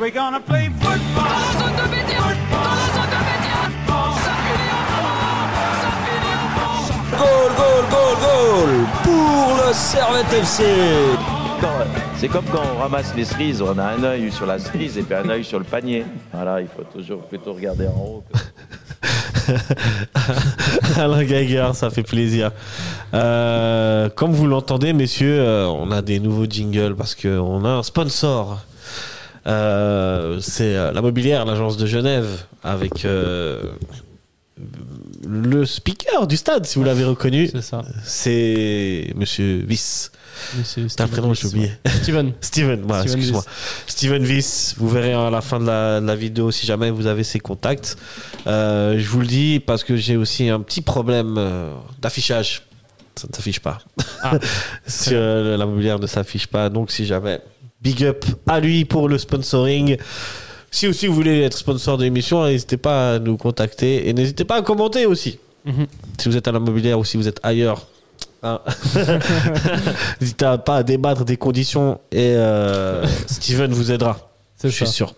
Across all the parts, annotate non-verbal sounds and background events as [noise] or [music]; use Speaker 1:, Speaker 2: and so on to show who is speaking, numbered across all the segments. Speaker 1: We're gonna play football.
Speaker 2: Dans la zone de médias Dans la zone de médias Ça finit en fond Ça finit en fond
Speaker 3: Goal, goal, goal, goal pour le Servette FC.
Speaker 4: Quand- C'est comme quand on ramasse les cerises, on a un œil sur la cerise et puis un œil sur le panier. Voilà, il faut toujours plutôt regarder en haut.
Speaker 5: [laughs] Alain Gaillard, ça fait plaisir. Euh, comme vous l'entendez, messieurs, euh, on a des nouveaux jingles parce qu'on a un sponsor. Euh, c'est euh, la mobilière, l'agence de Genève, avec euh, le speaker du stade, si vous
Speaker 6: [laughs]
Speaker 5: l'avez reconnu.
Speaker 6: C'est ça.
Speaker 5: C'est Monsieur Viss.
Speaker 6: Monsieur
Speaker 5: T'as
Speaker 6: Steven
Speaker 5: le prénom,
Speaker 6: Wilson.
Speaker 5: j'ai oublié.
Speaker 6: Steven.
Speaker 5: Steven, voilà,
Speaker 6: Steven
Speaker 5: excuse-moi. Steven Viss, vous verrez à la fin de la, de la vidéo si jamais vous avez ses contacts. Euh, je vous le dis parce que j'ai aussi un petit problème euh, d'affichage. Ça ne s'affiche pas.
Speaker 6: Ah.
Speaker 5: [laughs] Sur, euh, la mobilière ne s'affiche pas. Donc si jamais, big up à lui pour le sponsoring. Si aussi vous voulez être sponsor de l'émission, n'hésitez pas à nous contacter et n'hésitez pas à commenter aussi.
Speaker 6: Mhm.
Speaker 5: Si vous êtes à la mobilière ou si vous êtes ailleurs, hein. [laughs] n'hésitez à pas à débattre des conditions et euh, Steven vous aidera.
Speaker 6: C'est
Speaker 5: Je suis
Speaker 6: ça.
Speaker 5: sûr.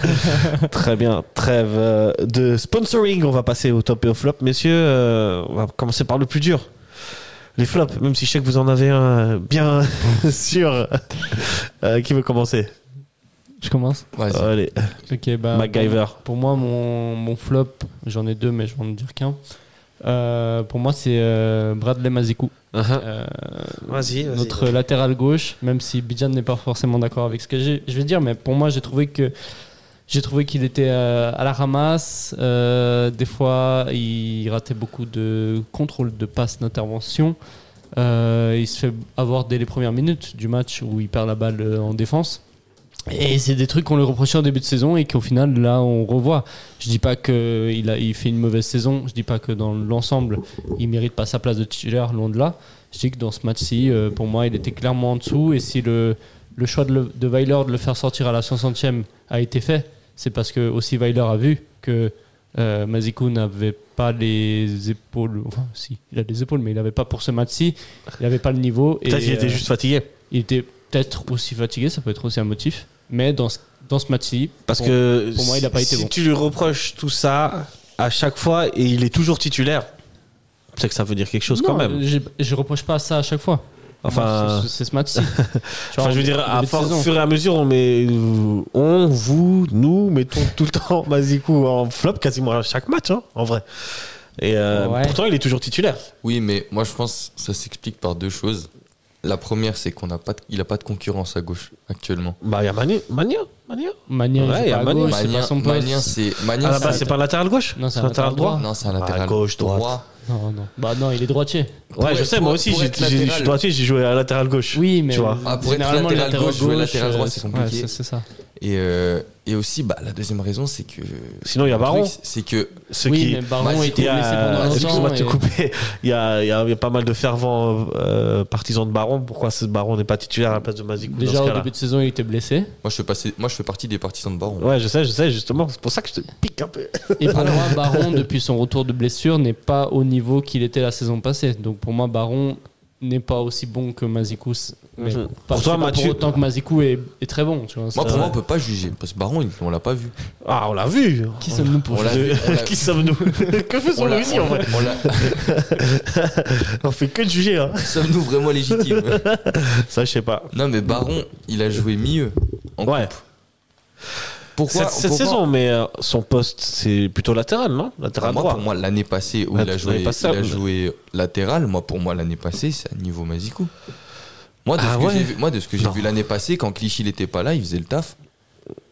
Speaker 5: [laughs] Très bien. Trêve euh, de sponsoring. On va passer au top et au flop. Messieurs, euh, on va commencer par le plus dur. Les flops, même si je sais que vous en avez un euh, bien [laughs] sûr. Euh, qui veut commencer
Speaker 6: Je commence.
Speaker 5: Allez,
Speaker 6: Ok, bah.
Speaker 5: MacGyver.
Speaker 6: Pour moi, mon, mon flop, j'en ai deux, mais je vais en dire qu'un. Euh, pour moi, c'est euh, Bradley Mazikou. Euh,
Speaker 5: Vas-y, vas-y.
Speaker 6: notre latéral gauche, même si Bidjan n'est pas forcément d'accord avec ce que j'ai- je vais dire, mais pour moi, j'ai trouvé que j'ai trouvé qu'il était euh, à la ramasse. euh, des fois, il ratait beaucoup de contrôle de passes d'intervention. Euh, il se fait avoir dès les premières minutes du match où il perd la balle euh, en défense. Et c'est des trucs qu'on lui reprochait en début de saison et qu'au final, là, on revoit. Je dis pas qu'il il fait une mauvaise saison, je dis pas que dans l'ensemble, il mérite pas sa place de titulaire, loin de là. Je dis que dans ce match-ci, euh, pour moi, il était clairement en dessous. Et si le, le choix de, le- de Weiler de le faire sortir à la 60e a été fait, c'est parce que aussi Weiler a vu que euh, Mazikou n'avait pas les épaules. Enfin, si, il a des épaules, mais il n'avait pas pour ce match-ci. Il n'avait pas le niveau. et,
Speaker 5: Peut-être qu'il
Speaker 6: euh,
Speaker 5: était juste fatigué.
Speaker 6: il était peut-être aussi fatigué, ça peut être aussi un motif. Mais dans ce, dans ce match-ci,
Speaker 5: Parce
Speaker 6: pour-
Speaker 5: que
Speaker 6: pour moi, il a pas
Speaker 5: si
Speaker 6: été bon.
Speaker 5: tu lui reproches tout ça à chaque fois et il est toujours titulaire, c'est que ça veut dire quelque chose quand
Speaker 6: Non,
Speaker 5: même.
Speaker 6: j'ai- Je reproche pas ça à chaque fois.
Speaker 5: Enfin-
Speaker 6: Moi, c'est c'est ce
Speaker 5: [laughs]
Speaker 6: match-ci. Tu vois,
Speaker 5: Enfin, je veux
Speaker 6: en-
Speaker 5: dire,
Speaker 6: en
Speaker 5: à
Speaker 6: début de
Speaker 5: force,
Speaker 6: saison.
Speaker 5: au fur et à mesure, on met, on, vous, nous, mettons tout le temps [laughs] Mazikou en flop quasiment à chaque match, hein, en vrai. Et euh,
Speaker 6: Ouais.
Speaker 5: pourtant, il est toujours titulaire.
Speaker 7: Oui, mais moi je pense que ça s'explique par deux choses. La première, c'est qu'on n'a pas, de- il a pas de concurrence à gauche actuellement.
Speaker 5: Bah, il y a Mania, Mania, Mania.
Speaker 6: Mania, il
Speaker 5: Ouais,
Speaker 6: joue
Speaker 5: il y a
Speaker 6: pas à
Speaker 5: Mania.
Speaker 6: gauche, c'est
Speaker 7: Manien,
Speaker 6: pas son poste.
Speaker 7: Manien, c'est Manien,
Speaker 5: À la base,
Speaker 7: c'est-
Speaker 5: c'est pas un latéral gauche
Speaker 6: Non, c'est un latéral
Speaker 7: non, c'est un
Speaker 5: Ah,
Speaker 7: latéral
Speaker 5: gauche, droite.
Speaker 7: droit.
Speaker 6: Non, non. Bah non, il est droitier.
Speaker 5: Ouais,
Speaker 7: Pour
Speaker 5: je
Speaker 7: être-
Speaker 5: sais, moi
Speaker 7: pour-
Speaker 5: aussi,
Speaker 7: pour
Speaker 5: j'ai-
Speaker 7: être
Speaker 5: j'ai- je suis
Speaker 7: latéral.
Speaker 5: droitier, j'ai joué à latéral gauche.
Speaker 6: Oui, mais
Speaker 5: Tu vois.
Speaker 7: Ah, pour être
Speaker 6: généralement,
Speaker 7: latéral
Speaker 6: le
Speaker 7: gauche, jouer latéral droit,
Speaker 6: euh,
Speaker 7: c'est compliqué.
Speaker 6: ouais, c'est- c'est ça.
Speaker 7: Et, euh, et aussi, bah, la deuxième raison, c'est que.
Speaker 5: Sinon, il y a
Speaker 7: Le truc,
Speaker 5: Baron.
Speaker 7: C'est que.
Speaker 5: Ceux
Speaker 6: oui,
Speaker 5: qui.
Speaker 6: mais Baron
Speaker 7: Bah,
Speaker 6: a
Speaker 5: il
Speaker 6: été
Speaker 5: y a-
Speaker 6: blessé pendant un
Speaker 5: Excuse-moi
Speaker 6: an.
Speaker 5: de te
Speaker 6: et-
Speaker 5: couper. Il y a, il y a- il y a pas mal de fervents euh, partisans de Baron. Pourquoi ce Baron n'est pas titulaire à la place de Mazikou dans
Speaker 6: Déjà
Speaker 5: ce
Speaker 6: au
Speaker 5: cas-là
Speaker 6: début de saison, il était blessé.
Speaker 7: Moi je, fais passer- moi, je fais partie des partisans de Baron.
Speaker 5: Ouais, je sais, je sais, justement. C'est pour ça que je te pique un peu.
Speaker 6: Et pour moi, Baron, depuis son retour de blessure, n'est pas au niveau qu'il était la saison passée. Donc pour moi, Baron n'est pas aussi bon que Mazikou. Mais
Speaker 5: Mhm.
Speaker 6: pas-
Speaker 5: Pour
Speaker 6: c'est
Speaker 5: toi,
Speaker 6: pas
Speaker 5: Mathieu-
Speaker 6: Pour autant que Mazikou est, est très bon. Tu vois,
Speaker 7: Moi,
Speaker 6: c'est-
Speaker 7: pour moi, on peut pas juger. Parce que Baron, il- on l'a pas vu.
Speaker 5: Ah, on l'a vu.
Speaker 6: Qui sommes-nous pour
Speaker 7: On l'a vu. on l'a-
Speaker 5: [laughs] Qui sommes-nous Que
Speaker 7: on
Speaker 5: faisons-nous
Speaker 7: l'a-
Speaker 5: ici en vrai
Speaker 7: on l'a-
Speaker 5: On fait que de juger, hein.
Speaker 7: [laughs] Sommes-nous vraiment légitimes
Speaker 5: Ça, je sais pas.
Speaker 7: Non, mais Baron, il a joué mieux. En
Speaker 5: Ouais.
Speaker 7: coupe. Pourquoi
Speaker 5: cette cette
Speaker 7: pourquoi-
Speaker 5: saison, mais euh, son poste, c'est plutôt latéral, non Latéral
Speaker 7: Ah, Moi,
Speaker 5: droit.
Speaker 7: pour moi, l'année passée où
Speaker 5: Ah,
Speaker 7: il a,
Speaker 5: tu
Speaker 7: joué,
Speaker 5: n'avais pas ça,
Speaker 7: il a
Speaker 5: mais-
Speaker 7: joué latéral, moi, pour moi, l'année passée, c'est à niveau Mazikou. Moi, de
Speaker 5: Ah
Speaker 7: ce que
Speaker 5: ouais
Speaker 7: j'ai vu- moi, de ce que j'ai
Speaker 5: Non.
Speaker 7: vu l'année passée, quand Clichy n'était pas là, il faisait le taf.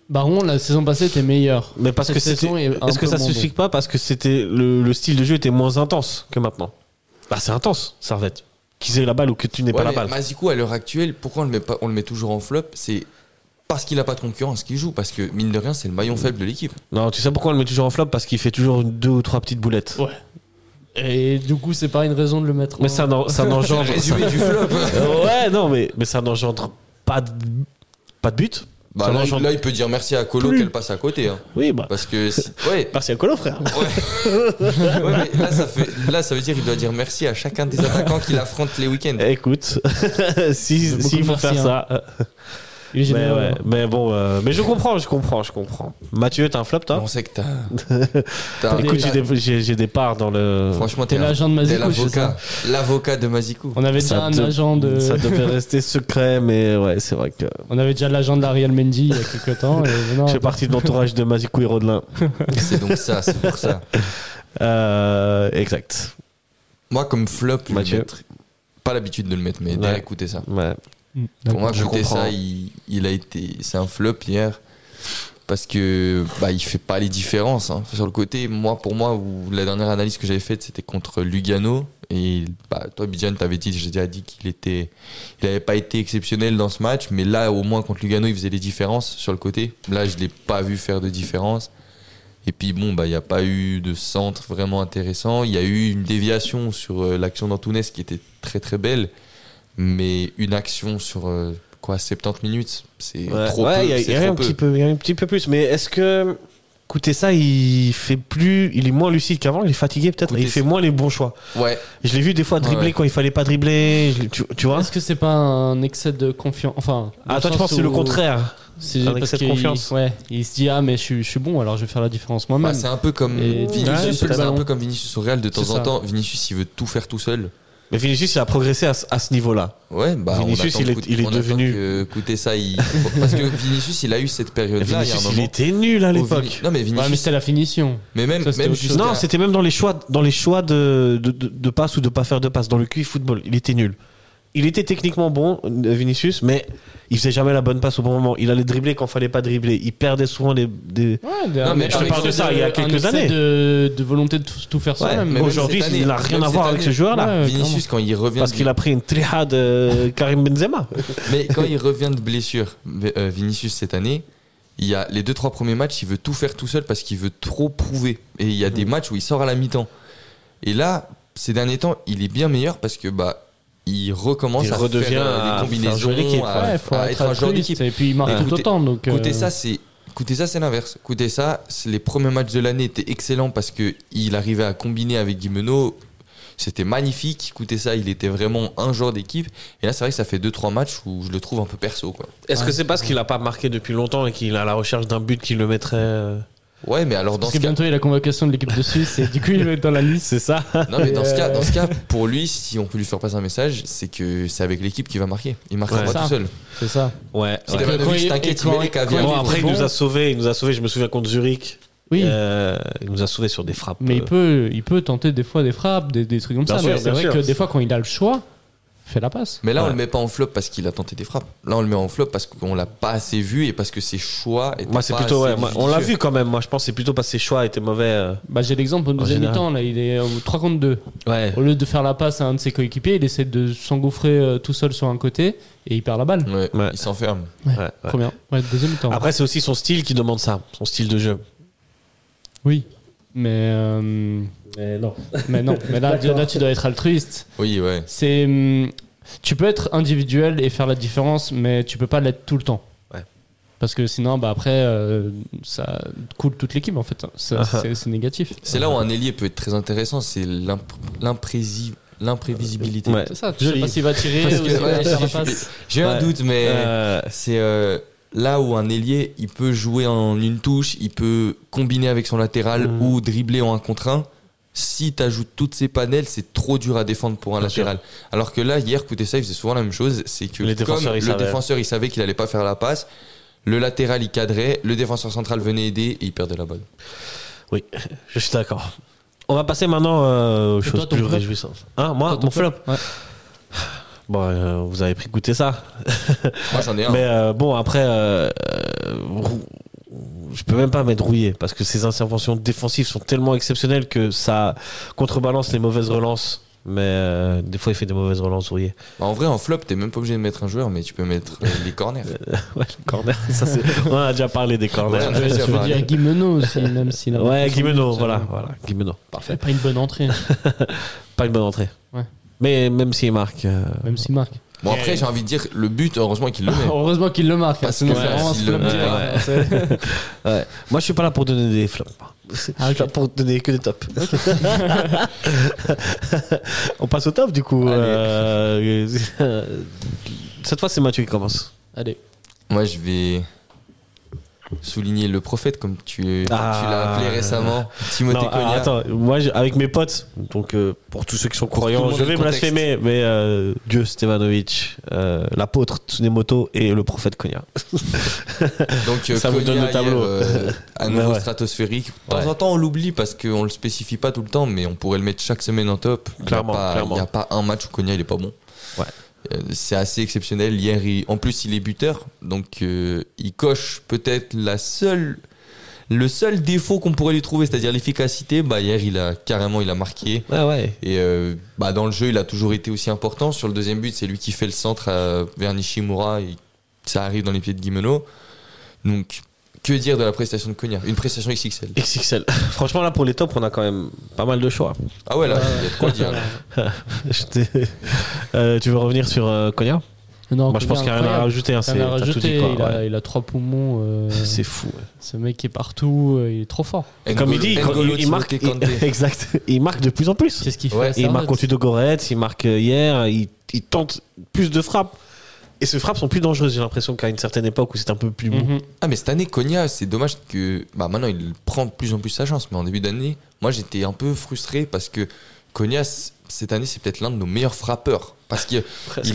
Speaker 6: Baron, la saison passée était meilleur.
Speaker 5: Mais parce
Speaker 6: Cette
Speaker 5: que c'était.
Speaker 6: saison est un
Speaker 5: Est-ce que
Speaker 6: peu
Speaker 5: ça
Speaker 6: moins
Speaker 5: s'explique pas Parce que c'était le, le style de jeu était moins intense que maintenant. Bah, c'est intense, Servette. Qu'ils aient la balle ou que tu n'aies
Speaker 7: Ouais,
Speaker 5: pas la
Speaker 7: mais
Speaker 5: balle.
Speaker 7: Mazikou, à l'heure actuelle, pourquoi on le met, pas, on le met toujours en flop C'est parce qu'il n'a pas de concurrence qu'il joue. Parce que, mine de rien, c'est le maillon faible de l'équipe.
Speaker 5: Non, tu sais pourquoi on le met toujours en flop Parce qu'il fait toujours deux ou trois petites boulettes.
Speaker 6: bon. Et du coup, c'est pas une raison de le mettre.
Speaker 5: Mais
Speaker 6: en-
Speaker 5: ça, n'en- ça [laughs]
Speaker 7: [laughs]
Speaker 5: n'engendre. ça-
Speaker 7: Résumé du flop.
Speaker 5: Euh, ouais, non, mais, mais ça n'engendre pas de, pas de but.
Speaker 7: Bah,
Speaker 5: ça
Speaker 7: là,
Speaker 5: n'engendre.
Speaker 7: là, il peut dire merci à Colo qu'elle passe à côté. hein.
Speaker 5: Oui, bah.
Speaker 7: Parce que, si-
Speaker 5: [laughs]
Speaker 7: ouais,
Speaker 5: Merci à Colo, frère.
Speaker 7: ouais, mais là, ça fait, là, ça veut dire qu'il doit dire merci à chacun des attaquants qu'il affronte les week-ends.
Speaker 5: Écoute, [laughs] si,
Speaker 6: Beaucoup
Speaker 5: s'il faut
Speaker 6: merci,
Speaker 5: faire
Speaker 6: hein.
Speaker 5: ça. euh,
Speaker 6: Il est
Speaker 5: Mais,
Speaker 6: généreux.
Speaker 5: ouais, mais bon, euh, mais je comprends, je comprends, je comprends. Mathieu, t'as un flop, toi
Speaker 7: On sait que
Speaker 5: [laughs]
Speaker 7: t'as. t'as-
Speaker 5: Écoute, j'ai
Speaker 7: t'as-
Speaker 5: des, j'ai- j'ai des parts dans le.
Speaker 7: Franchement,
Speaker 6: T'es
Speaker 7: la-
Speaker 6: l'agent de
Speaker 7: t'es
Speaker 6: Mazikou, c'est
Speaker 7: l'avocat.
Speaker 6: ça
Speaker 7: L'avocat de Mazikou.
Speaker 6: On avait déjà
Speaker 5: Ça
Speaker 6: un
Speaker 5: te-
Speaker 6: agent de.
Speaker 5: Ça devait rester secret, mais ouais, c'est vrai que.
Speaker 6: [laughs] On avait déjà l'agent de l'Ariel Mendy il y a quelques temps. et non,
Speaker 5: Je fais partie de l'entourage de Mazikou et Rodelin.
Speaker 7: C'est donc ça, c'est pour ça.
Speaker 5: Euh, exact.
Speaker 7: Moi, comme flop, je vais
Speaker 5: Mathieu.
Speaker 7: mettre- pas l'habitude de le mettre, mais
Speaker 5: Ouais.
Speaker 7: d'aller écouter ça.
Speaker 5: Ouais.
Speaker 7: Pour moi,
Speaker 5: Je
Speaker 7: écouter
Speaker 5: comprends.
Speaker 7: ça, il, il a été, c'est un flop hier parce que bah, il fait pas les différences hein. sur le côté. Moi, pour moi, où la dernière analyse que j'avais faite, c'était contre Lugano et bah, toi, Bijan, t'avais dit, j'ai déjà dit qu'il était, il avait pas été exceptionnel dans ce match, mais là, au moins contre Lugano, il faisait les différences sur le côté. Là, je l'ai pas vu faire de différence. Et puis bon, bah, il n'y a pas eu de centre vraiment intéressant. Il y a eu une déviation sur euh, l'action d'Antunes qui était très très belle, mais une action sur euh, quoi 70 minutes, c'est
Speaker 5: Ouais,
Speaker 7: trop
Speaker 5: ouais,
Speaker 7: peu.
Speaker 5: il y a-
Speaker 7: c'est
Speaker 5: il y a
Speaker 7: trop
Speaker 5: un
Speaker 7: peu.
Speaker 5: petit peu, il y a un petit peu plus. Mais est-ce que écoutez ça, il fait plus, il est moins lucide qu'avant, il est fatigué peut-être, et il
Speaker 7: Écoutez
Speaker 5: fait
Speaker 7: ça.
Speaker 5: moins les bons choix.
Speaker 7: Ouais,
Speaker 5: Je l'ai vu des fois dribbler
Speaker 7: Ouais.
Speaker 5: quand il fallait pas dribbler. je l'ai- tu, tu vois
Speaker 6: Est-ce que c'est pas un excès de confiance Enfin. dans
Speaker 5: Ah toi tu
Speaker 6: sens
Speaker 5: penses que c'est le
Speaker 6: où-
Speaker 5: contraire
Speaker 6: C'est
Speaker 5: Un
Speaker 6: parce
Speaker 5: excès de
Speaker 6: qu'il-
Speaker 5: confiance.
Speaker 6: Ouais, il se dit ah mais je, suis- je suis bon alors je vais faire la différence
Speaker 7: Bah,
Speaker 6: moi-même.
Speaker 7: c'est un peu comme
Speaker 6: Et- Ouais,
Speaker 7: Vinicius,
Speaker 6: c'est
Speaker 7: c'est
Speaker 6: ça.
Speaker 7: un peu comme Vinicius au Real de temps
Speaker 6: C'est
Speaker 7: en
Speaker 6: ça.
Speaker 7: temps. Vinicius, il veut tout faire tout seul.
Speaker 5: Mais Vinicius il a progressé à, ce- à ce niveau-là.
Speaker 7: Ouais, bah on
Speaker 5: Vinicius,
Speaker 7: attend
Speaker 5: il est-
Speaker 7: que-
Speaker 5: il est
Speaker 7: on attend
Speaker 5: devenu-
Speaker 7: que- Écoutez ça, il... parce
Speaker 5: [laughs]
Speaker 7: que Vinicius, il a eu cette
Speaker 5: Et
Speaker 7: période-là. il y a un
Speaker 5: Vinicius il
Speaker 7: moment.
Speaker 5: était nul à
Speaker 7: Au
Speaker 5: l'époque.
Speaker 7: Vini- Non mais
Speaker 6: ouais, mais
Speaker 7: Vinicius,
Speaker 6: c'était la finition.
Speaker 7: mais même
Speaker 6: Ça, c'était
Speaker 7: même
Speaker 6: autre chose.
Speaker 7: jusqu'à-
Speaker 5: Non, c'était même dans les choix, dans les choix de, de, de- de passe ou de pas faire de passe. Dans le QI football, il était nul. Il était techniquement bon, euh, Vinicius, mais il faisait jamais la bonne passe au bon moment. Il allait dribbler quand fallait pas dribbler. Il perdait souvent les. des-
Speaker 6: Ouais,
Speaker 7: Non, mais je te
Speaker 5: parle de ça, il y a quelques années.
Speaker 6: De, de volonté de tout, tout faire soi-même.
Speaker 7: mais même
Speaker 5: Aujourd'hui,
Speaker 7: cette année,
Speaker 5: il n'a rien
Speaker 7: même
Speaker 5: à voir
Speaker 7: cette
Speaker 5: avec ce
Speaker 7: année.
Speaker 5: joueur-là.
Speaker 6: Ouais,
Speaker 7: Vinicius quand il revient
Speaker 5: euh, Parce
Speaker 7: de-
Speaker 5: qu'il a pris une tréhade
Speaker 7: [laughs]
Speaker 5: de Karim Benzema.
Speaker 7: Mais quand il revient de blessure, euh, Vinicius cette année, il y a les deux trois premiers matchs, il veut tout faire tout seul parce qu'il veut trop prouver. Et il y a
Speaker 5: Mm.
Speaker 7: des matchs où il sort à la mi-temps. Et là, ces derniers temps, il est bien meilleur parce que bah il recommence
Speaker 5: Il
Speaker 7: à
Speaker 5: redevient
Speaker 7: faire euh,
Speaker 5: à
Speaker 7: des combinaisons,
Speaker 5: faire jouer l'équipe,
Speaker 7: à,
Speaker 6: Ouais, faut
Speaker 7: à
Speaker 6: être
Speaker 7: être un joueur
Speaker 6: altruiste,
Speaker 7: d'équipe. Bah,
Speaker 6: Et puis il marque tout
Speaker 7: Écoutez-
Speaker 6: autant. Donc,
Speaker 7: Écoutez
Speaker 6: euh,
Speaker 7: ça, c'est écoutez ça, c'est l'inverse. Écoutez ça, c'est les premiers matchs de l'année étaient excellents parce que il arrivait à combiner avec Guimeno. C'était magnifique. Écoutez ça, il était vraiment un joueur d'équipe. Et là, c'est vrai que ça fait deux trois matchs où je le trouve un peu perso quoi.
Speaker 5: Est-ce que c'est parce qu'il n'a pas marqué depuis longtemps et qu'il est à la recherche d'un but qui le mettrait. euh,
Speaker 7: Ouais, mais alors dans
Speaker 6: Parce
Speaker 7: ce
Speaker 6: que
Speaker 7: cas,
Speaker 6: bientôt il y a la convocation de l'équipe de Suisse et du coup il va être dans la liste.
Speaker 5: C'est ça
Speaker 7: Non, mais dans ce,
Speaker 6: Et
Speaker 7: cas,
Speaker 6: euh,
Speaker 7: dans ce cas, pour lui, si on peut lui faire passer un message, c'est que c'est avec l'équipe qui va marquer. Il marquera
Speaker 5: Ouais.
Speaker 7: pas
Speaker 6: Ça.
Speaker 7: tout seul.
Speaker 6: C'est ça.
Speaker 5: Ouais.
Speaker 6: que
Speaker 7: Stevanovic,
Speaker 6: quand il-
Speaker 7: t'inquiète,
Speaker 6: et
Speaker 7: il met
Speaker 6: quand-
Speaker 7: les caviars.
Speaker 6: quand
Speaker 5: Bon, après, il
Speaker 6: bon.
Speaker 5: nous a sauvés. Il nous a sauvés, je me souviens, contre Zurich.
Speaker 6: Oui.
Speaker 5: Euh, il nous a sauvés sur des frappes.
Speaker 6: Mais il
Speaker 5: euh,
Speaker 6: peut, il peut tenter des fois des frappes, des, des trucs comme
Speaker 5: Bien
Speaker 6: ça.
Speaker 5: sûr,
Speaker 6: mais c'est
Speaker 5: bien
Speaker 6: vrai
Speaker 5: sûr.
Speaker 6: que des fois, quand il a le choix, il fait la passe.
Speaker 7: Mais là, on
Speaker 5: Ouais.
Speaker 7: le met pas en flop parce qu'il a tenté des frappes. Là, on le met en flop parce qu'on l'a pas assez vu et parce que ses choix étaient
Speaker 5: Moi, c'est
Speaker 7: pas
Speaker 5: plutôt.
Speaker 7: assez
Speaker 5: Ouais, moi, on l'a
Speaker 7: judicieux.
Speaker 5: vu quand même. Moi, je pense que c'est plutôt parce que ses choix étaient mauvais. euh.
Speaker 6: Bah, j'ai l'exemple au deuxième
Speaker 5: général.
Speaker 6: mi-temps, là, il est au 3 contre 2.
Speaker 5: Ouais.
Speaker 6: Au lieu de faire la passe à un de ses coéquipiers, il essaie de s'engouffrer euh, tout seul sur un côté et il perd la balle.
Speaker 7: Ouais,
Speaker 5: Ouais.
Speaker 7: Il s'enferme.
Speaker 5: ouais.
Speaker 6: Trop bien. Ouais, deuxième mi-temps.
Speaker 5: Après, c'est aussi son style qui demande ça. Son style de jeu.
Speaker 6: Oui. Mais, euh,
Speaker 5: Mais non.
Speaker 6: [laughs] mais non, mais là,
Speaker 5: D'accord.
Speaker 6: là, tu dois être altruiste.
Speaker 7: Oui, ouais.
Speaker 6: C'est, hum, tu peux être individuel et faire la différence, mais tu peux pas l'être tout le temps.
Speaker 5: Ouais.
Speaker 6: Parce que sinon, bah après, euh, ça coule toute l'équipe en fait. hein. Ça,
Speaker 5: Ah
Speaker 6: c'est, c'est négatif.
Speaker 7: C'est là où un ailier peut être très intéressant, c'est l'imp- l'imprési- l'imprévisibilité.
Speaker 5: Ouais.
Speaker 6: C'est ça. Tu sais
Speaker 5: Joli.
Speaker 6: pas s'il va tirer
Speaker 7: Parce
Speaker 6: ou
Speaker 7: que,
Speaker 6: s'il va
Speaker 7: ouais,
Speaker 6: faire la
Speaker 7: j'ai-
Speaker 6: passe.
Speaker 7: J'ai un
Speaker 5: Ouais.
Speaker 7: doute, mais
Speaker 5: Euh,
Speaker 7: c'est euh, là où un ailier, il peut jouer en une touche, il peut combiner avec son latéral
Speaker 5: Mhm.
Speaker 7: ou dribbler en un contre un. Si tu ajoutes toutes ces panels, c'est trop dur à défendre pour un
Speaker 5: Bien
Speaker 7: latéral. Alors que là, hier, Koutessa, il faisait souvent la même chose. C'est que
Speaker 5: Les
Speaker 7: comme
Speaker 5: défenseurs, ils
Speaker 7: le
Speaker 5: savaient.
Speaker 7: défenseur, il savait qu'il allait pas faire la passe, le latéral, il cadrait, le défenseur central venait aider et il perdait la balle.
Speaker 5: Oui, je suis d'accord. On va passer maintenant euh, aux
Speaker 6: toi,
Speaker 5: choses
Speaker 6: ton
Speaker 5: plus
Speaker 6: flop
Speaker 5: réjouissantes. Hein, moi,
Speaker 6: Toi, ton
Speaker 5: mon flop.
Speaker 6: Ouais.
Speaker 5: Bon, euh, vous avez pris goûter ça.
Speaker 7: Moi, j'en ai un.
Speaker 5: Mais euh, bon, après, euh, euh, rou- je peux même pas mettre rouillé parce que ces interventions défensives sont tellement exceptionnelles que ça contrebalance les mauvaises relances. Mais euh, des fois, il fait des mauvaises relances rouillées. [laughs]
Speaker 7: Bah, En vrai, en flop, t'es même pas obligé de mettre un joueur, mais tu peux mettre euh, les corners.
Speaker 5: Ouais, le corner, ça c'est. On en a déjà parlé des corners.
Speaker 7: Ouais,
Speaker 6: Je veux
Speaker 7: enfin,
Speaker 6: dire Guimeno aussi, même s'il a.
Speaker 5: Ouais, Guimeno, voilà, voilà, Guimeno.
Speaker 6: Parfait. Pas une bonne entrée,
Speaker 5: Pas une bonne entrée.
Speaker 6: Ouais.
Speaker 5: Mais même s'il marque. euh,
Speaker 6: même s'il marque.
Speaker 7: Bon, après, j'ai envie de dire, le but, heureusement qu'il le met.
Speaker 6: [laughs]
Speaker 5: Ah.
Speaker 6: Heureusement qu'il le marque. hein,
Speaker 7: Parce
Speaker 6: sinon,
Speaker 7: que
Speaker 6: c'est
Speaker 7: ouais,
Speaker 6: vraiment
Speaker 7: s'il
Speaker 6: ce
Speaker 7: le
Speaker 6: flop
Speaker 7: met,
Speaker 6: direct.
Speaker 5: ouais. Moi, je suis pas là pour donner des flops. je
Speaker 6: Ah,
Speaker 5: suis
Speaker 6: ok.
Speaker 5: là pour donner que des tops. [laughs] On passe au top, du coup.
Speaker 7: Allez.
Speaker 5: [laughs] Euh, Cette fois, c'est Mathieu qui commence.
Speaker 6: [laughs] Allez.
Speaker 7: Moi, je vais souligner le prophète, comme tu, tu l'as appelé
Speaker 5: Ah.
Speaker 7: récemment,
Speaker 5: Non,
Speaker 7: Timothée
Speaker 5: alors,
Speaker 7: Cognac.
Speaker 5: attends, moi je- avec mes potes, donc euh, pour tous ceux qui sont
Speaker 7: tout
Speaker 5: croyants,
Speaker 7: le monde
Speaker 5: je
Speaker 7: le
Speaker 5: vais
Speaker 7: contexte.
Speaker 5: blasphémer, mais euh, Dieu Stevanovic, euh, l'apôtre Tsunemoto et le prophète Konya.
Speaker 7: Donc, euh,
Speaker 5: Ça vous
Speaker 7: Cognac,
Speaker 5: donne le
Speaker 7: hier,
Speaker 5: tableau.
Speaker 7: euh, à nouveau
Speaker 5: [laughs] Mais ouais.
Speaker 7: stratosphérique. De
Speaker 5: Ouais.
Speaker 7: temps en temps, on l'oublie parce qu'on le spécifie pas tout le temps, mais on pourrait le mettre chaque semaine en top. Il y a
Speaker 5: Clairement,
Speaker 7: pas-
Speaker 5: clairement.
Speaker 7: Il n'y a pas un match où Cognac, il est pas bon.
Speaker 5: Ouais.
Speaker 7: Euh, C'est assez exceptionnel. Hier, il- en plus, il est buteur. Donc, euh, il coche peut-être la seule. Le seul défaut qu'on pourrait lui trouver, c'est-à-dire l'efficacité, bah hier il a carrément il a marqué.
Speaker 5: Ah ouais.
Speaker 7: Et euh, bah, dans le jeu, il a toujours été aussi important. Sur le deuxième but, c'est lui qui fait le centre à- vers Nishimura. Et ça arrive dans les pieds de Guimeno. Donc, que dire de la prestation de Cognac Une prestation XXL.
Speaker 5: XXL. [laughs] Franchement, là pour les tops, on a quand même pas mal de choix.
Speaker 7: Ah ouais, là, il y a de quoi dire. là.
Speaker 5: Je t'ai- [laughs] Euh, tu veux revenir sur euh, Konya
Speaker 6: Non,
Speaker 5: Moi je pense qu'il
Speaker 6: Konya,
Speaker 5: n'y a rien
Speaker 6: incroyable.
Speaker 5: à rajouter. hein,
Speaker 6: Rien
Speaker 5: c'est-
Speaker 6: à
Speaker 5: t'as tout
Speaker 6: rajouter,
Speaker 5: dit, quoi,
Speaker 6: il, a,
Speaker 5: ouais.
Speaker 6: il a trois poumons. euh,
Speaker 5: [laughs] C'est fou. ouais.
Speaker 6: ce mec est partout, euh, il est trop fort.
Speaker 5: [laughs] Et Comme il dit, il-
Speaker 7: N'Golo
Speaker 5: il, il marque,
Speaker 7: Timothée
Speaker 5: il- [laughs]
Speaker 7: Kanté.
Speaker 5: exact. Il marque de plus en plus.
Speaker 6: Qu'est-ce qu'il fait
Speaker 7: Ouais,
Speaker 6: à
Speaker 5: Et il
Speaker 6: Servette
Speaker 5: marque contre Goretz, il marque euh, hier, il, il tente plus de frappes. Et ces frappes sont plus dangereuses, j'ai l'impression qu'à une certaine époque où c'était un peu plus mou.
Speaker 6: Mhm.
Speaker 7: Ah, mais cette année, Cognac, c'est dommage que. Bah, maintenant, il prend de plus en plus sa chance. Mais en début d'année, moi, j'étais un peu frustré parce que Cognac, c- cette année, c'est peut-être l'un de nos meilleurs frappeurs.
Speaker 5: [laughs]
Speaker 7: Parce qu'il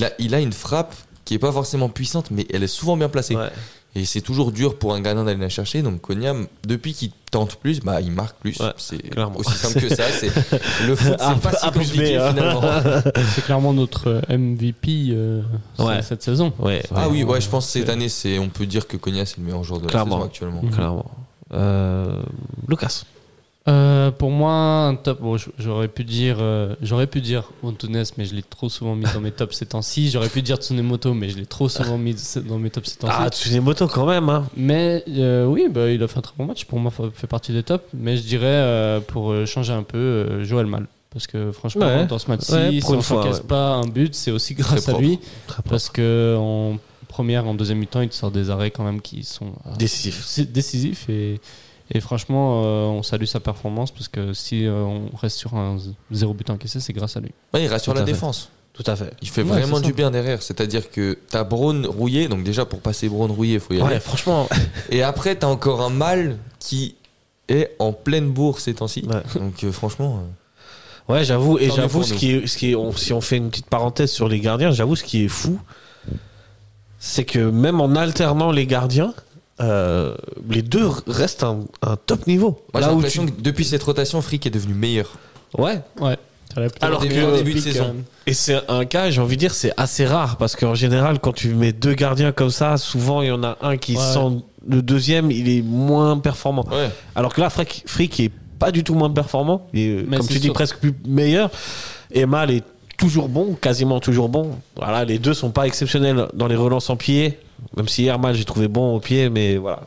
Speaker 7: a, il a une frappe qui est pas forcément puissante, mais elle est souvent bien
Speaker 6: Mhm.
Speaker 7: placée.
Speaker 5: Ouais.
Speaker 7: Et c'est toujours dur pour un Ghanéen d'aller la chercher. Donc Konya, depuis qu'il tente plus, bah, il marque plus.
Speaker 5: Ouais,
Speaker 7: c'est
Speaker 5: clairement.
Speaker 7: aussi simple que
Speaker 5: [laughs]
Speaker 7: ça. C'est le foot,
Speaker 5: Ah,
Speaker 7: c'est pas si
Speaker 5: ah, plus
Speaker 7: compliqué
Speaker 5: B, hein. [laughs]
Speaker 7: finalement.
Speaker 6: C'est clairement notre euh, MVP euh,
Speaker 5: Ouais.
Speaker 6: cette saison.
Speaker 5: Ouais,
Speaker 7: Ah
Speaker 5: ouais,
Speaker 7: oui, ouais, je pense que cette année, c'est, on peut dire que Konya c'est le meilleur joueur de
Speaker 5: Clairement. Mm.
Speaker 7: la saison actuellement.
Speaker 5: clairement. Euh, Lucas.
Speaker 6: Euh, pour moi, un top. Bon, j- j'aurais pu dire, euh, j'aurais pu dire Antunes, mais je l'ai trop souvent mis dans mes tops ces temps-ci. J'aurais pu dire Tsunemoto, mais je l'ai trop souvent mis dans mes tops ces temps-ci.
Speaker 5: Ah, motos quand même. Hein.
Speaker 6: Mais euh, oui, bah, il a fait un très bon match. Pour moi, il fait partie des tops. Mais je dirais, euh, pour euh, changer un peu, euh, Joël Mal. Parce que franchement,
Speaker 5: Ouais.
Speaker 6: dans ce match-ci,
Speaker 5: Ouais,
Speaker 6: si
Speaker 5: pour
Speaker 6: on
Speaker 5: une
Speaker 6: ne
Speaker 5: fois,
Speaker 6: casse
Speaker 5: ouais.
Speaker 6: pas un but, c'est aussi grâce à
Speaker 7: propre.
Speaker 6: lui.
Speaker 5: Très propre.
Speaker 6: Parce que en première, en deuxième mi-temps, il te sort des arrêts quand même qui sont euh,
Speaker 5: Décisif.
Speaker 6: c'est décisif et, et franchement, euh, on salue sa performance parce que si euh, on reste sur un z- zéro but encaissé, c'est grâce à lui.
Speaker 7: Ouais, il rassure
Speaker 5: Tout
Speaker 7: la
Speaker 5: à fait.
Speaker 7: défense.
Speaker 5: Tout à fait.
Speaker 7: Il fait
Speaker 6: Ouais,
Speaker 7: vraiment
Speaker 6: c'est ça.
Speaker 7: du bien derrière. C'est-à-dire que t'as Braun rouillé. Donc déjà, pour passer Braun rouillé, il faut y aller.
Speaker 5: Ouais, franchement.
Speaker 7: Et après, t'as encore un mal qui est en pleine bourre ces temps-ci.
Speaker 5: Ouais.
Speaker 7: Donc euh, franchement. euh,
Speaker 5: Ouais, j'avoue. Et
Speaker 7: Tant mieux
Speaker 5: j'avoue,
Speaker 7: pour
Speaker 5: ce
Speaker 7: nous.
Speaker 5: qui est, ce qui est, on- si on fait une petite parenthèse sur les gardiens, j'avoue, ce qui est fou, c'est que même en alternant les gardiens, euh, les deux restent un, un top niveau.
Speaker 7: Moi, j'ai
Speaker 5: Là où
Speaker 7: l'impression
Speaker 5: tu-
Speaker 7: que depuis cette rotation, Frick est devenu meilleur.
Speaker 5: Ouais.
Speaker 6: Ouais.
Speaker 5: Alors
Speaker 7: Au
Speaker 5: que- hein.
Speaker 7: début, au début de saison.
Speaker 5: Et c'est un cas, j'ai envie de dire, c'est assez rare parce qu'en général, quand tu mets deux gardiens comme ça, souvent il y en a un qui
Speaker 6: Ouais.
Speaker 5: sent le deuxième, il est moins performant.
Speaker 7: Ouais.
Speaker 5: Alors que là, Frick, Frick est pas du tout moins performant, il est,
Speaker 6: Mais
Speaker 5: comme
Speaker 6: c'est
Speaker 5: tu dis,
Speaker 6: sûr.
Speaker 5: presque plus meilleur. Et Mal est toujours bon, quasiment toujours bon. Voilà, les deux sont pas exceptionnels dans les relances en pied, même si hier Mal j'ai trouvé bon au pied, mais voilà,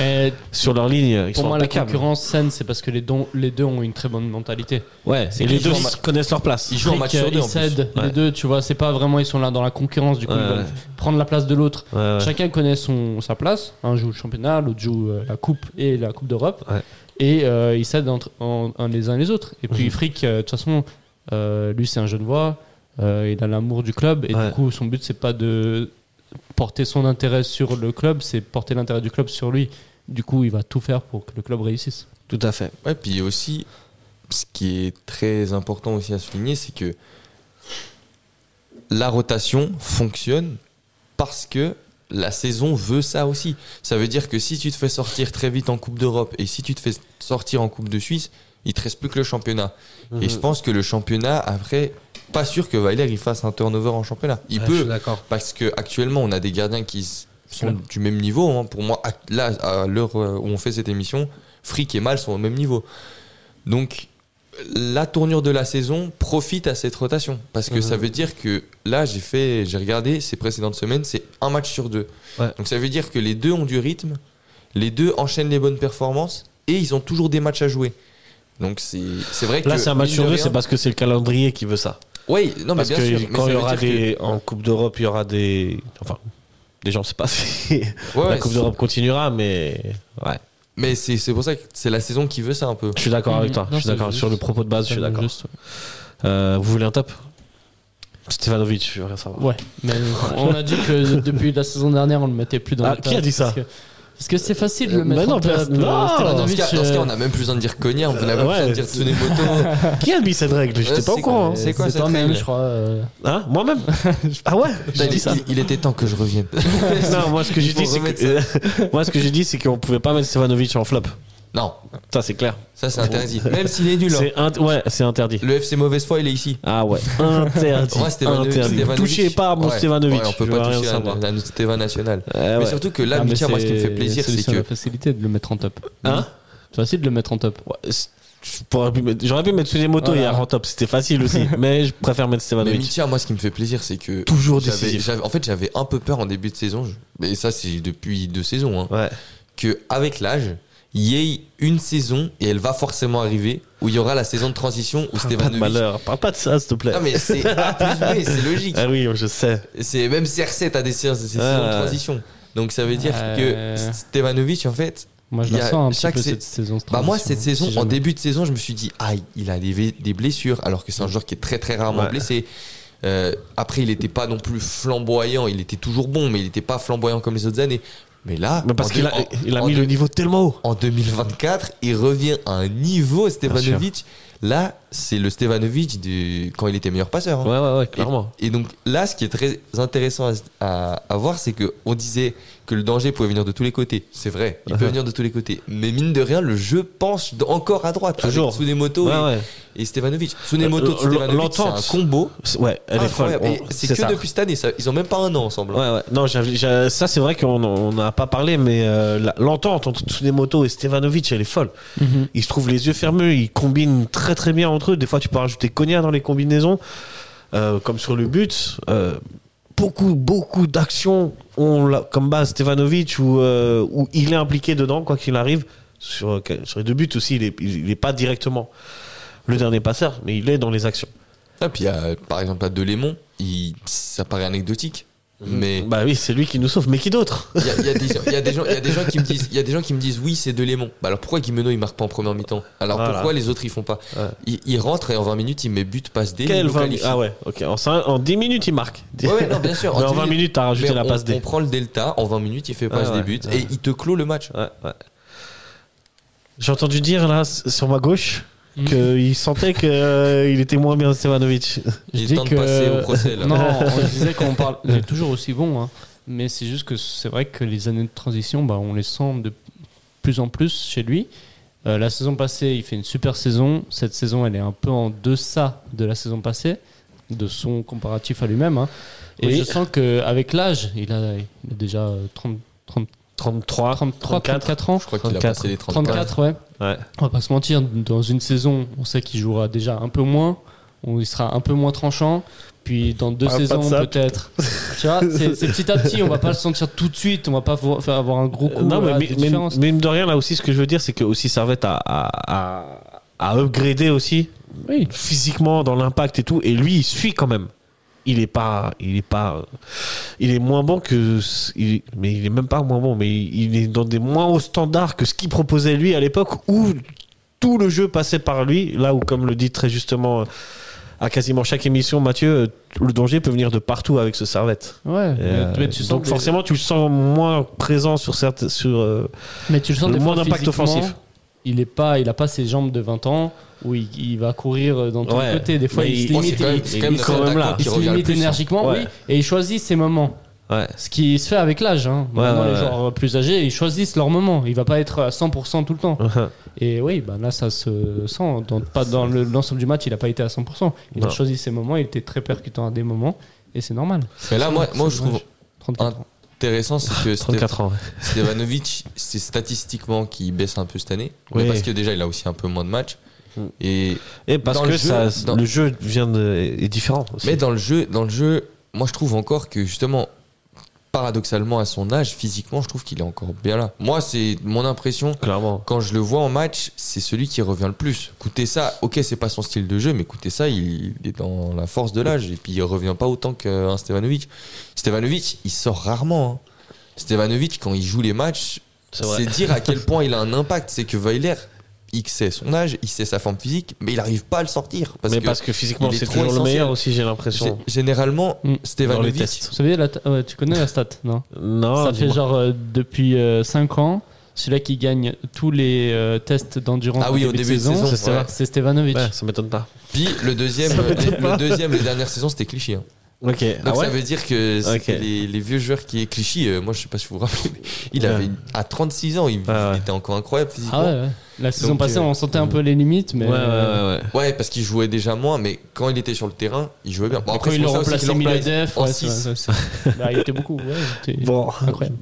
Speaker 6: Et
Speaker 5: sur leur ligne, ils
Speaker 6: pour
Speaker 5: sont
Speaker 6: moi, la
Speaker 5: impeccables.
Speaker 6: concurrence saine, c'est parce que les, dons- les deux ont une très bonne mentalité.
Speaker 5: ouais,
Speaker 6: c'est
Speaker 5: et les
Speaker 6: qu'ils
Speaker 5: deux
Speaker 6: jouent en ma-
Speaker 5: connaissent leur place.
Speaker 7: Ils jouent en
Speaker 6: Frick,
Speaker 7: match sur
Speaker 6: euh,
Speaker 7: deux
Speaker 6: ils
Speaker 7: en plus.
Speaker 6: s'aident,
Speaker 5: Ouais.
Speaker 6: les deux, tu vois. C'est pas vraiment, ils sont là dans la concurrence, du coup,
Speaker 5: Ouais,
Speaker 6: ils veulent
Speaker 5: ouais.
Speaker 6: prendre la place de l'autre.
Speaker 5: Ouais, ouais.
Speaker 6: Chacun connaît son, sa place. Un joue le championnat, l'autre joue euh, la Coupe et la Coupe d'Europe.
Speaker 5: Ouais.
Speaker 6: Et euh, ils s'aident entre, en- en les uns les autres. Et
Speaker 5: Mhm.
Speaker 6: puis Frick, euh, de toute façon, euh, lui, c'est un Genevois. euh, il a l'amour du club. Et
Speaker 5: Ouais.
Speaker 6: du coup, son but, c'est pas de porter son intérêt sur le club, c'est porter l'intérêt du club sur lui. Du coup, il va tout faire pour que le club réussisse.
Speaker 5: Tout à fait.
Speaker 7: Ouais, puis aussi, ce qui est très important aussi à souligner, c'est que la rotation fonctionne parce que la saison veut ça aussi. Ça veut dire que si tu te fais sortir très vite en Coupe d'Europe et si tu te fais sortir en Coupe de Suisse, il te reste plus que le championnat.
Speaker 5: Mhm.
Speaker 7: Et je pense que le championnat, après, pas sûr que Weiler il fasse un turnover en championnat. Il
Speaker 5: Ouais, je suis
Speaker 7: peut,
Speaker 5: D'accord.
Speaker 7: parce que actuellement on a des gardiens qui s- sont
Speaker 6: Clairement.
Speaker 7: du même niveau. hein. Pour moi, act- là, à l'heure euh, où on fait cette émission, Frick et Mal sont au même niveau. Donc, la tournure de la saison profite à cette rotation. Parce que
Speaker 5: Mhm.
Speaker 7: ça veut dire que là, j'ai fait, j'ai regardé ces précédentes semaines, c'est un match sur deux.
Speaker 5: Ouais.
Speaker 7: Donc, ça veut dire que les deux ont du rythme, les deux enchaînent les bonnes performances et ils ont toujours des matchs à jouer. Donc, c'est c'est vrai que.
Speaker 5: Là, c'est un match
Speaker 7: mine
Speaker 5: sur
Speaker 7: de
Speaker 5: deux,
Speaker 7: rien-
Speaker 5: c'est parce que c'est le calendrier qui veut ça.
Speaker 7: Oui, non, mais
Speaker 5: Parce
Speaker 7: bien
Speaker 5: que
Speaker 7: sûr. mais
Speaker 5: quand il
Speaker 7: ça
Speaker 5: y
Speaker 7: veut
Speaker 5: aura
Speaker 7: dire que-
Speaker 5: des. En Coupe d'Europe, il y aura des. Enfin, des gens, c'est pas si.
Speaker 7: Ouais,
Speaker 5: [laughs] la
Speaker 7: ouais,
Speaker 5: Coupe
Speaker 7: c'est-
Speaker 5: d'Europe continuera, mais. Ouais.
Speaker 7: Mais c'est c'est pour ça que c'est la saison qui veut ça un peu.
Speaker 5: Je suis d'accord
Speaker 7: Mm-hmm.
Speaker 6: Mhm.
Speaker 5: avec toi.
Speaker 6: Non,
Speaker 5: Ah, je suis
Speaker 6: c'est
Speaker 5: d'accord.
Speaker 6: juste.
Speaker 5: Sur le propos de base, je suis d'accord.
Speaker 6: Juste, ouais.
Speaker 5: Euh, vous voulez un top Stevanovic, je veux rien savoir.
Speaker 6: Ouais, mais on a dit
Speaker 5: [laughs]
Speaker 6: que depuis la saison dernière, on le mettait plus dans
Speaker 5: Ah,
Speaker 6: le
Speaker 5: qui
Speaker 6: tas,
Speaker 5: a dit
Speaker 6: parce
Speaker 5: ça
Speaker 6: que- Parce que c'est facile de le
Speaker 5: Euh,
Speaker 6: mettre
Speaker 5: bah
Speaker 6: en
Speaker 5: non,
Speaker 6: place.
Speaker 5: personne- non,
Speaker 7: Dans ce,
Speaker 6: Stevanovic,
Speaker 7: cas, dans ce cas,
Speaker 6: euh,
Speaker 7: on n'a même plus besoin de dire Cognard, on n'a même
Speaker 5: euh,
Speaker 7: besoin de
Speaker 5: ouais. [laughs]
Speaker 7: dire Tsunemoto.
Speaker 5: Qui a mis cette règle
Speaker 7: Ouais,
Speaker 5: J'étais
Speaker 7: c'est
Speaker 5: pas au courant.
Speaker 7: quoi, C'est quoi cette
Speaker 6: toi-même,
Speaker 7: règle
Speaker 6: je crois. euh,
Speaker 5: hein. Hein Moi-même [laughs] Ah ouais
Speaker 7: T'as dit, il, il était temps que je revienne.
Speaker 5: Non, moi ce que j'ai
Speaker 7: faut
Speaker 5: dit, c'est que... [laughs] moi ce que j'ai dit, c'est qu'on pouvait pas mettre Stevanovic en flop.
Speaker 7: non,
Speaker 5: Ça, c'est clair.
Speaker 7: ça c'est interdit. Même s'il est nul. hein.
Speaker 5: C'est int- ouais, c'est interdit.
Speaker 7: Le FC Mauvaise Foi, il est ici.
Speaker 5: Ah
Speaker 7: [laughs]
Speaker 5: ouais, interdit.
Speaker 7: Moi, Stevanovic-
Speaker 5: interdit.
Speaker 7: Stevanovic-
Speaker 5: Touchez pas à mon
Speaker 7: Ouais,
Speaker 5: Stevanovic.
Speaker 7: ouais, on peut
Speaker 5: je veux
Speaker 7: pas
Speaker 5: rien
Speaker 7: toucher à
Speaker 5: savoir.
Speaker 7: la Steva nationale.
Speaker 5: Eh
Speaker 7: Mais
Speaker 5: ouais.
Speaker 7: surtout que là,
Speaker 6: ah, mais
Speaker 7: Mitya, moi, ce qui me
Speaker 6: c'est-
Speaker 7: fait plaisir, c'est
Speaker 6: solution à
Speaker 7: que.
Speaker 6: la facilité de le mettre en top.
Speaker 5: Hein
Speaker 6: C'est facile de le mettre en top.
Speaker 5: Ouais, c'est- je pourrais pu mettre- J'aurais pu mettre sous les motos
Speaker 6: Voilà.
Speaker 5: hier en top, c'était facile aussi. mais je préfère mettre
Speaker 7: Mais
Speaker 5: Stevanovic.
Speaker 7: Mitya, moi, ce qui me fait plaisir, c'est que.
Speaker 5: Toujours
Speaker 7: j'avais-
Speaker 5: décisif.
Speaker 7: j'avais- En fait, j'avais un peu peur en début de saison. je- Et ça, c'est depuis deux saisons. hein,
Speaker 5: Ouais.
Speaker 7: que avec l'âge, il y ait une saison et elle va forcément arriver où il y aura la saison de transition où
Speaker 5: Ah, Pas de
Speaker 7: Stevanovic.
Speaker 5: malheur, parle pas de ça s'il te plaît.
Speaker 7: Non mais
Speaker 5: [laughs]
Speaker 7: c'est A plus B, c'est logique.
Speaker 5: Ah oui, je sais.
Speaker 7: C'est même CR7 a des saisons des saisons
Speaker 5: Ouais,
Speaker 7: de
Speaker 5: ouais.
Speaker 7: transition. Donc ça veut dire
Speaker 6: Euh.
Speaker 7: que Stevanovic en fait,
Speaker 6: Moi, je
Speaker 7: Il y
Speaker 6: la
Speaker 7: a
Speaker 6: sens un petit
Speaker 7: chaque
Speaker 6: peu
Speaker 7: sa-
Speaker 6: cette saison.
Speaker 7: bah moi cette
Speaker 6: transition,
Speaker 7: saison
Speaker 6: si
Speaker 7: en
Speaker 6: jamais.
Speaker 7: début de saison, je me suis dit ah il a des, des blessures alors que c'est un joueur qui est très très rarement
Speaker 5: Ouais.
Speaker 7: blessé. Euh, après il n'était pas non plus flamboyant, il était toujours bon mais il n'était pas flamboyant comme les autres années. Mais là,
Speaker 5: Mais parce
Speaker 7: en
Speaker 5: qu'il
Speaker 7: deux-
Speaker 5: a,
Speaker 7: en-
Speaker 5: il a
Speaker 7: en
Speaker 5: mis
Speaker 7: deux-
Speaker 5: le niveau tellement haut.
Speaker 7: en 2024, il revient à un niveau Stevanovic. Là, c'est le Stevanovic du... quand il était meilleur passeur. hein.
Speaker 5: Ouais, ouais, ouais,
Speaker 7: Et-
Speaker 5: clairement.
Speaker 7: Et, donc là, ce qui est très intéressant à, à- à voir, c'est que on disait que le danger pouvait venir de tous les côtés. C'est vrai, il peut venir de tous les côtés. Mais mine de rien, le jeu penche d- encore à droite.
Speaker 5: Toujours.
Speaker 7: Avec Tsunemoto
Speaker 5: ouais,
Speaker 7: et,
Speaker 5: ouais.
Speaker 7: et Stevanovic. Tsunemoto,
Speaker 5: Euh,
Speaker 7: Stevanovic, c'est un
Speaker 5: l'entente.
Speaker 7: combo.
Speaker 5: C'est- Ouais, elle est folle.
Speaker 7: incroyable. Et
Speaker 5: On-
Speaker 7: Ah, C'est que
Speaker 5: ça.
Speaker 7: depuis cette année, ça- ils ont même pas un an ensemble. hein.
Speaker 5: Ouais, ouais. Non, j'avais- j'a- ça, c'est vrai qu'on on n'a pas parlé, mais euh, la- l'entente entre Tsunemoto et Stevanovic, elle est folle.
Speaker 6: Mhm.
Speaker 5: Ils se trouvent les yeux fermés, ils combinent très très bien entre eux. Des fois, tu peux rajouter Konya dans les combinaisons, euh, comme sur le but. Euh, beaucoup, beaucoup d'actions ont la- comme base Stevanovic où, euh, où il est impliqué dedans, quoi qu'il arrive. Sur, euh, sur les deux buts aussi, il n'est pas directement le dernier passeur, mais il est dans les actions.
Speaker 7: Ah, puis il y a, par exemple à Delémont, il- ça paraît anecdotique. Mais
Speaker 5: Bah oui, c'est lui qui nous sauve, mais qui d'autre
Speaker 7: Il y a- il y, a des gens- il y a des gens, il y a des gens qui me disent, il y a des gens qui me disent, oui, c'est de Lémon. Bah alors pourquoi Guimeno il marque pas en première mi-temps Alors
Speaker 5: Voilà.
Speaker 7: pourquoi les autres ils font pas
Speaker 5: Ouais.
Speaker 7: il, il rentre et en 20 minutes il met but, passe D. il
Speaker 5: Quel
Speaker 7: nous
Speaker 5: 20
Speaker 7: qualifie.
Speaker 5: Ah ouais, ok. En, cin- en 10 minutes, il marque.
Speaker 7: Ouais, ouais,
Speaker 5: [laughs]
Speaker 7: non, bien sûr.
Speaker 5: Mais en 20
Speaker 7: 10
Speaker 5: minutes, t'as rajouté
Speaker 7: mais
Speaker 5: la
Speaker 7: on-
Speaker 5: passe
Speaker 7: On
Speaker 5: D.
Speaker 7: prend le delta, en 20 minutes il fait passe
Speaker 5: Ouais,
Speaker 7: des
Speaker 5: ouais,
Speaker 7: buts
Speaker 5: ouais.
Speaker 7: et il te clôt le match.
Speaker 5: Ouais, ouais. J'ai entendu dire là, s- sur ma gauche,
Speaker 7: Mhm.
Speaker 5: qu'il sentait qu'il était moins bien
Speaker 7: [laughs]
Speaker 5: Stevanovic.
Speaker 6: Je
Speaker 7: Il est
Speaker 6: dis
Speaker 7: temps de
Speaker 6: que-
Speaker 7: passer
Speaker 6: [laughs]
Speaker 7: au procès, là.
Speaker 6: Non,
Speaker 7: [laughs]
Speaker 6: on disait qu'on parle. Il est toujours aussi bon, hein. mais c'est juste que c'est vrai que les années de transition, bah, on les sent de plus en plus chez lui. Euh, la saison passée, il fait une super saison. Cette saison, elle est un peu en deçà de la saison passée, de son comparatif à lui-même. hein. Et
Speaker 5: Oui.
Speaker 6: je sens qu'avec l'âge, il a, il a déjà euh, 30, 30,
Speaker 5: 33,
Speaker 6: 33,
Speaker 5: 34.
Speaker 6: 34 ans.
Speaker 7: Je crois qu'il a
Speaker 5: 34.
Speaker 7: passé les 34.
Speaker 6: 34, ouais.
Speaker 5: Ouais.
Speaker 6: On va pas se mentir, dans une saison, on sait qu'il jouera déjà un peu moins, où il sera un peu moins tranchant, puis dans deux
Speaker 5: Parle Ah, pas de
Speaker 6: saisons
Speaker 5: ça. [laughs]
Speaker 6: peut-être. tu vois, c'est c'est petit à petit, on va pas le sentir tout de suite, on va pas vo- faire avoir un gros coup
Speaker 5: non, mais,
Speaker 6: à
Speaker 5: mais,
Speaker 6: des
Speaker 5: mais-
Speaker 6: différences.
Speaker 5: mais mine de rien, là aussi, ce que je veux dire, c'est que aussi Servette a, a, a- a upgradé aussi
Speaker 6: Oui.
Speaker 5: physiquement dans l'impact et tout. Et lui, il suit quand même. Il est pas, il est pas, il est moins bon que, ce- il- mais il est même pas moins bon. Mais il est dans des moins hauts standards que ce qu'il proposait lui à l'époque où tout le jeu passait par lui. Là où, comme le dit très justement euh, à quasiment chaque émission, Mathieu, euh, le danger peut venir de partout avec ce Servette.
Speaker 6: Ouais,
Speaker 5: Euh,
Speaker 6: mais, tu sens
Speaker 5: donc forcément, tu le sens moins présent sur certains, sur.
Speaker 7: [laughs]
Speaker 5: euh,
Speaker 6: mais tu le sens
Speaker 5: le
Speaker 6: des fois
Speaker 5: moins d'impact
Speaker 6: physiquement,
Speaker 5: offensif.
Speaker 6: Il est pas, il a pas ses jambes de 20 ans où il, il va courir dans tous
Speaker 5: Ouais.
Speaker 6: les côtés. Des fois,
Speaker 5: Mais
Speaker 6: il, se
Speaker 5: il-
Speaker 7: Oh, c'est
Speaker 6: limite,
Speaker 7: quand même,
Speaker 6: il-
Speaker 7: c'est
Speaker 5: il-
Speaker 7: quand même
Speaker 5: il est quand
Speaker 7: notre
Speaker 5: même là.
Speaker 7: attaquant
Speaker 6: il
Speaker 7: qui
Speaker 6: se
Speaker 7: revient le
Speaker 6: limite
Speaker 7: plus, hein.
Speaker 6: énergiquement,
Speaker 5: Ouais.
Speaker 6: oui, et il choisit ses moments.
Speaker 5: ouais.
Speaker 6: Ce qui se fait avec l'âge. Hein.
Speaker 5: Ouais,
Speaker 6: Maintenant,
Speaker 5: ouais,
Speaker 6: les
Speaker 5: ouais.
Speaker 6: joueurs plus âgés, ils choisissent leur moment. Il va pas être à 100% tout le temps. Et oui, bah là, ça se sent. Dans, pas dans le- l'ensemble du match, il a pas été à 100%. Il
Speaker 5: Non.
Speaker 6: a choisi ses moments. Il était très percutant à des moments. Et c'est normal.
Speaker 7: Mais là, moi, moi je
Speaker 6: C'est
Speaker 7: trouve
Speaker 6: dommage. 34 ans.
Speaker 7: intéressant, c'est que Stev-
Speaker 5: 34 ans. ouais.
Speaker 7: Stevanovic, c'est statistiquement qui baisse un peu cette année.
Speaker 5: Oui.
Speaker 7: Mais parce que déjà, il a aussi un peu moins de matchs.
Speaker 6: Mm.
Speaker 7: Et
Speaker 5: Et parce
Speaker 7: Dans
Speaker 5: que
Speaker 7: le jeu,
Speaker 5: ça,
Speaker 7: dans-
Speaker 5: le jeu vient de, est différent. aussi.
Speaker 7: Mais dans le jeu, dans le jeu, moi je trouve encore que justement, paradoxalement à son âge, physiquement, je trouve qu'il est encore bien là. Moi, c'est mon impression.
Speaker 5: Clairement.
Speaker 7: Quand je le vois en match, c'est celui qui revient le plus. Écoutez ça, ok, c'est pas son style de jeu, mais écoutez ça, il, il est dans la force de l'âge et puis il revient pas autant qu'un Stevanovic. Stevanovic, il sort rarement. hein. Stevanovic, quand il joue les matchs,
Speaker 5: C'est vrai.
Speaker 7: c'est dire à quel point il a un impact. C'est que Weiler, il sait son âge, il sait sa forme physique, mais il n'arrive pas à le sortir. Parce
Speaker 5: mais
Speaker 7: que
Speaker 5: parce que physiquement,
Speaker 7: il est
Speaker 5: c'est
Speaker 7: trop
Speaker 5: toujours le
Speaker 7: essentiel.
Speaker 5: meilleur aussi, j'ai
Speaker 7: gé-
Speaker 5: l'impression.
Speaker 7: généralement,
Speaker 6: Mm.
Speaker 5: Dans les
Speaker 7: Stevanovic,
Speaker 5: tests.
Speaker 6: Vous savez, la ta- ouais, tu connais la stat, non
Speaker 5: Non,
Speaker 6: Ça fait
Speaker 5: Ah, dis-moi.
Speaker 6: genre euh, depuis 5 ans, celui-là qui gagne tous les euh, tests d'endurance
Speaker 7: Ah oui, au début de saison,
Speaker 6: c'est
Speaker 7: ouais.
Speaker 6: Steva- c'est Stevanovic.
Speaker 5: Ouais, ça m'étonne pas.
Speaker 7: Puis le deuxième,
Speaker 5: Ça m'étonne
Speaker 7: le,
Speaker 5: pas.
Speaker 7: deuxième, les dernières saisons, c'était Clichy. hein.
Speaker 5: Ok.
Speaker 7: Donc
Speaker 5: ah ouais
Speaker 7: ça veut dire que c'était
Speaker 5: Ok.
Speaker 7: les, les vieux joueurs qui est Clichy. euh, moi, je sais pas si vous vous rappelez, mais il
Speaker 5: Ouais.
Speaker 7: avait une- à 36 ans, il,
Speaker 5: Ah ouais.
Speaker 7: il était encore incroyable physiquement.
Speaker 6: Ah ouais, ouais. La saison
Speaker 7: Donc,
Speaker 6: passée,
Speaker 7: euh,
Speaker 6: on sentait un peu les limites, mais
Speaker 5: Ouais, ouais,
Speaker 6: euh,
Speaker 5: ouais, ouais.
Speaker 7: Ouais, parce qu'il jouait déjà moins, mais quand il était sur le terrain, il jouait bien. Bon,
Speaker 6: quand
Speaker 7: après,
Speaker 6: ils
Speaker 7: c'est
Speaker 6: l'ont
Speaker 7: pour ça
Speaker 6: remplacé
Speaker 7: aussi qu'il le remplace
Speaker 6: Milodev,
Speaker 7: en
Speaker 6: ouais,
Speaker 7: six.
Speaker 6: c'est- c'est- bah, il était beaucoup. ouais, il était-
Speaker 5: Bon,
Speaker 6: Incroyable.